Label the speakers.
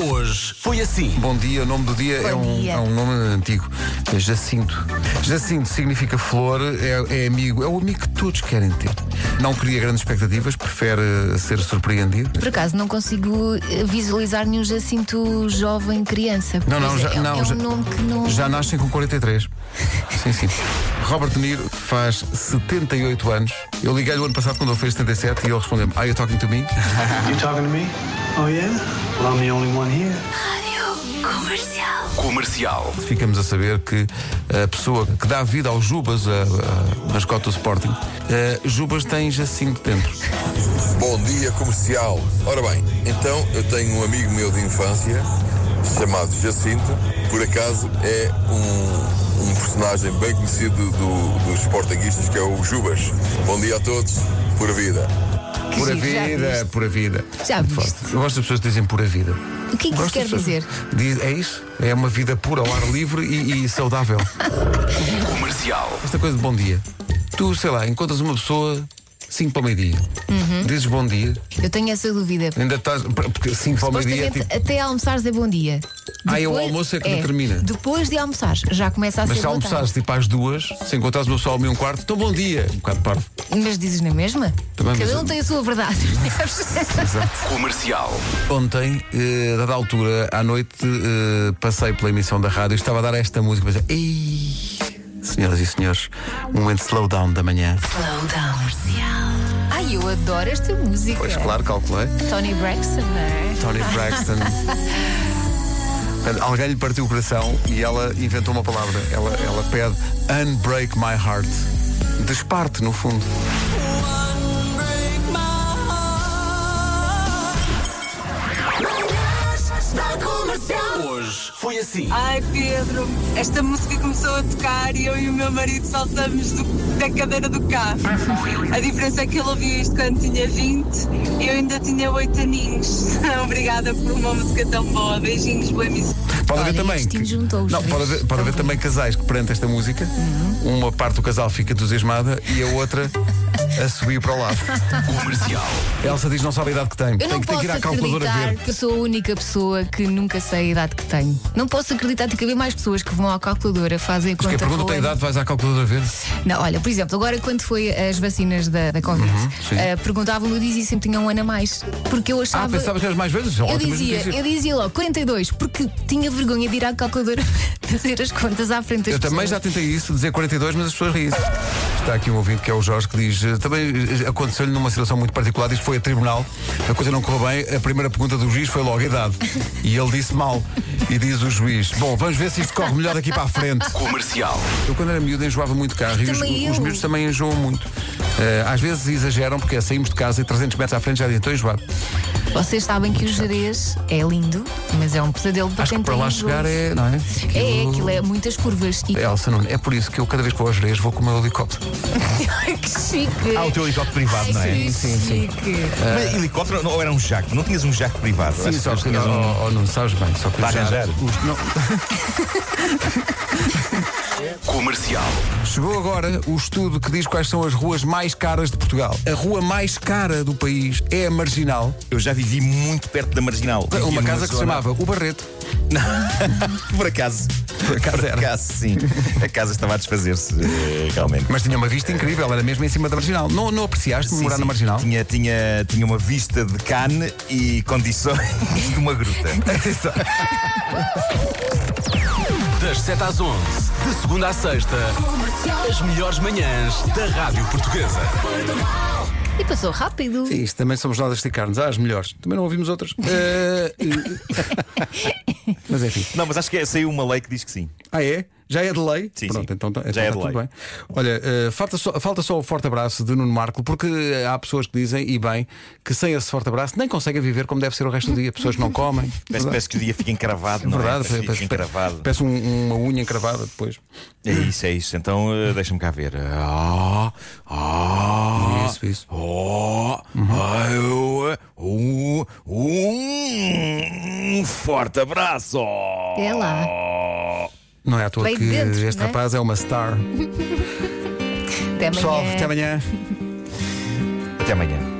Speaker 1: Hoje foi assim.
Speaker 2: Bom dia, o nome do dia, é
Speaker 3: Bom
Speaker 2: um,
Speaker 3: dia.
Speaker 2: é um nome antigo. É Jacinto. Jacinto significa flor, é, é amigo, é o amigo que todos querem ter. Não cria grandes expectativas, prefere eh, ser surpreendido.
Speaker 3: Por acaso não consigo eh, visualizar nenhum Jacinto jovem criança.
Speaker 2: Não, não,
Speaker 3: Pois
Speaker 2: já,
Speaker 3: é,
Speaker 2: não,
Speaker 3: é um
Speaker 2: já,
Speaker 3: nome que não.
Speaker 2: já nascem com 43. Sim, sim. Robert De Niro faz 78 anos. Eu liguei-lhe o ano passado quando ele fez 77 e ele respondeu-me: Are you talking to me?
Speaker 4: You talking to me? Oh yeah? Well, I'm the only one here.
Speaker 1: Comercial.
Speaker 2: Ficamos a saber que a pessoa que dá vida ao Jubas, a, a mascote do Sporting, eh, Jubas tem Jacinto dentro.
Speaker 5: Bom dia comercial. Ora bem, então eu tenho um amigo meu de infância chamado Jacinto, por acaso é um, um personagem bem conhecido do- dos sportinguistas que é o Jubas. Bom dia a todos, pura vida.
Speaker 3: Que
Speaker 2: Pura
Speaker 3: giro, já
Speaker 2: vida,
Speaker 3: viste.
Speaker 2: pura vida.
Speaker 3: Já
Speaker 2: Muito
Speaker 3: viste.
Speaker 2: forte. Eu gosto das pessoas que dizem pura vida.
Speaker 3: O que é que isso
Speaker 2: Gosto
Speaker 3: quer
Speaker 2: das pessoas-
Speaker 3: dizer?
Speaker 2: Diz- é isso? É uma vida pura, ao ar livre e, e saudável.
Speaker 1: Comercial.
Speaker 2: Esta coisa de bom dia. Tu, sei lá, encontras uma pessoa 5 para o meio-dia.
Speaker 3: Uhum.
Speaker 2: Dizes bom dia,
Speaker 3: Eu tenho essa dúvida.
Speaker 2: ainda estás. Porque 5 para o meio-dia é
Speaker 3: Supostamente
Speaker 2: tipo.
Speaker 3: até almoçares é bom dia.
Speaker 2: Ah, é o almoço é que determina.
Speaker 3: Depois de almoçar, já começa a
Speaker 2: Mas
Speaker 3: ser
Speaker 2: se
Speaker 3: boa
Speaker 2: almoçares tipo às duas, se encontrares uma pessoa ao meio e um quarto, então bom dia. Um bocado parvo.
Speaker 3: tarde. Mas dizes na mesma?
Speaker 2: Também,
Speaker 3: Cada
Speaker 2: mas-
Speaker 3: um tem a sua verdade.
Speaker 1: Comercial.
Speaker 2: Ontem, eh, dada a altura, à noite, eh, passei pela emissão da rádio e estava a dar esta música. Mas, Ei, senhoras e senhores, um momento de slowdown da manhã.
Speaker 3: Ai, eu adoro esta música.
Speaker 2: Pois, claro, calculei.
Speaker 3: Tony Braxton, não é?
Speaker 2: Tony Braxton. Portanto, Alguém lhe partiu o coração e ela inventou uma palavra. Ela, ela pede Unbreak My Heart. Desparte, no fundo.
Speaker 1: Hoje foi assim.
Speaker 6: Ai Pedro, esta música começou a tocar e eu e o meu marido saltamos do- da cadeira do carro. A diferença é que ele ouvia isto quando tinha 20 e eu ainda tinha 8 aninhos. Obrigada por uma música tão boa. Beijinhos, boa emissão.
Speaker 2: Pode haver
Speaker 3: Olha,
Speaker 2: também.
Speaker 3: isto
Speaker 2: que-
Speaker 3: juntou os Tá
Speaker 2: não,
Speaker 3: dois.
Speaker 2: pode haver, pode haver também casais que perante esta música,
Speaker 3: Uhum.
Speaker 2: uma parte do casal fica entusiasmada e a outra a subir para o lado.
Speaker 1: Comercial.
Speaker 2: Elsa diz não sabe a idade que tem.
Speaker 3: Eu não
Speaker 2: tem, que- tem
Speaker 3: posso
Speaker 2: que ir à calculadora
Speaker 3: acreditar
Speaker 2: ver.
Speaker 3: que sou a única pessoa que nunca sei a idade que tenho. Não posso acreditar que havia mais pessoas que vão à calculadora, fazem a
Speaker 2: Porque
Speaker 3: conta
Speaker 2: a pergunta
Speaker 3: com
Speaker 2: tem
Speaker 3: o ano.
Speaker 2: idade, vais à calculadora ver.
Speaker 3: Não, olha, por exemplo, agora quando foi as vacinas da, da Covid,
Speaker 2: Uhum, sim.
Speaker 3: eh, perguntavam-me, eu dizia sempre tinha um ano a mais. Porque eu
Speaker 2: Ah,
Speaker 3: achava.
Speaker 2: pensavas que eras mais velho?
Speaker 3: eu dizia, eu dizia logo 42, porque tinha vergonha de ir à calculadora fazer as contas à frente das
Speaker 2: Eu também já
Speaker 3: pessoas.
Speaker 2: tentei isso, dizer 42, mas as pessoas riem Está aqui um ouvinte que é o Jorge que diz: eh, também eh, aconteceu-lhe numa situação muito particular, diz que foi a tribunal, a coisa não correu bem, a primeira pergunta do juiz foi logo a idade. E ele disse mal. E diz o juiz: Bom, vamos ver se isto corre melhor daqui para a frente.
Speaker 1: Comercial.
Speaker 2: Eu, quando era miúdo, enjoava muito carro e os,
Speaker 3: Também
Speaker 2: os
Speaker 3: eu.
Speaker 2: miúdos também enjoam muito. Eh, às vezes exageram, porque é, saímos de casa e 300 metros à frente já dizem: Estou enjoado.
Speaker 3: Vocês sabem que o Jerez é lindo, mas é um pesadelo para
Speaker 2: Acho
Speaker 3: quem
Speaker 2: que para
Speaker 3: tem
Speaker 2: lá
Speaker 3: os
Speaker 2: chegar
Speaker 3: dois.
Speaker 2: é. Não é?
Speaker 3: É, é, aquilo é muitas curvas. E...
Speaker 2: Elsa Nuno, é por isso que eu cada vez que vou aos Jerez vou com o meu helicóptero.
Speaker 3: que chique!
Speaker 7: Ah, o teu helicóptero privado,
Speaker 3: Ai,
Speaker 7: não é?
Speaker 3: que
Speaker 2: Sim, sim,
Speaker 3: chique.
Speaker 7: Mas helicóptero não- ou era um jato? Não tinhas um jato privado?
Speaker 2: Sim,
Speaker 7: Acho
Speaker 2: só
Speaker 7: que
Speaker 2: que
Speaker 7: tinhas um.
Speaker 2: não, Tá não sabes bem, só que
Speaker 7: Para
Speaker 2: os jatos-
Speaker 7: arranjar.
Speaker 2: os- não.
Speaker 1: Comercial.
Speaker 2: Chegou agora o estudo que diz quais são as ruas mais caras de Portugal. A rua mais cara do país é a Marginal,
Speaker 7: Eu já vivi muito perto da marginal. Vivia
Speaker 2: uma
Speaker 7: numa
Speaker 2: casa que se
Speaker 7: zona-
Speaker 2: chamava O Barreto.
Speaker 7: Por acaso. Por
Speaker 2: acaso
Speaker 7: Por
Speaker 2: era.
Speaker 7: acaso, sim. A casa estava a desfazer-se, eh, realmente.
Speaker 2: Mas tinha uma vista incrível, era mesmo em cima da Marginal. Não, não apreciaste
Speaker 7: Sim,
Speaker 2: morar
Speaker 7: sim.
Speaker 2: na Marginal?
Speaker 7: Tinha, tinha, tinha uma vista de cane e condições de uma gruta.
Speaker 1: Das 7 às 11. De segunda à sexta. As melhores manhãs da Rádio Portuguesa.
Speaker 3: E passou rápido.
Speaker 2: Sim, Isto também somos nós a esticar-nos. Ah, as melhores. Também não ouvimos outras. Eh, eh, Mas enfim.
Speaker 7: Não, mas acho que é- saiu uma lei que diz que sim.
Speaker 2: Ah, é? Já é de lei?
Speaker 7: Sim,
Speaker 2: Pronto,
Speaker 7: sim.
Speaker 2: então, então
Speaker 7: Já
Speaker 2: está
Speaker 7: é de
Speaker 2: tudo
Speaker 7: lei.
Speaker 2: bem. Olha, eh, falta, só, falta só o forte abraço de Nuno Marco, porque eh, há pessoas que dizem, e bem, que sem esse forte abraço nem conseguem viver como deve ser o resto do dia. Pessoas que não comem.
Speaker 7: Parece, parece que o dia fica encravado, não
Speaker 2: Verdade,
Speaker 7: é? Parece que
Speaker 2: parece,
Speaker 7: fica encravado.
Speaker 2: parece um- uma unha encravada depois.
Speaker 7: É isso, é isso. Então eh, deixa-me cá ver. Ah, ah,
Speaker 2: Isso, isso.
Speaker 7: Oh, ai, ué, um, um forte abraço!
Speaker 3: É lá.
Speaker 2: Não é à toa
Speaker 3: Bem
Speaker 2: que
Speaker 3: dentro,
Speaker 2: este
Speaker 3: né?
Speaker 2: rapaz é uma star.
Speaker 3: Até amanhã.
Speaker 2: Pessoal, até amanhã.
Speaker 7: Até amanhã.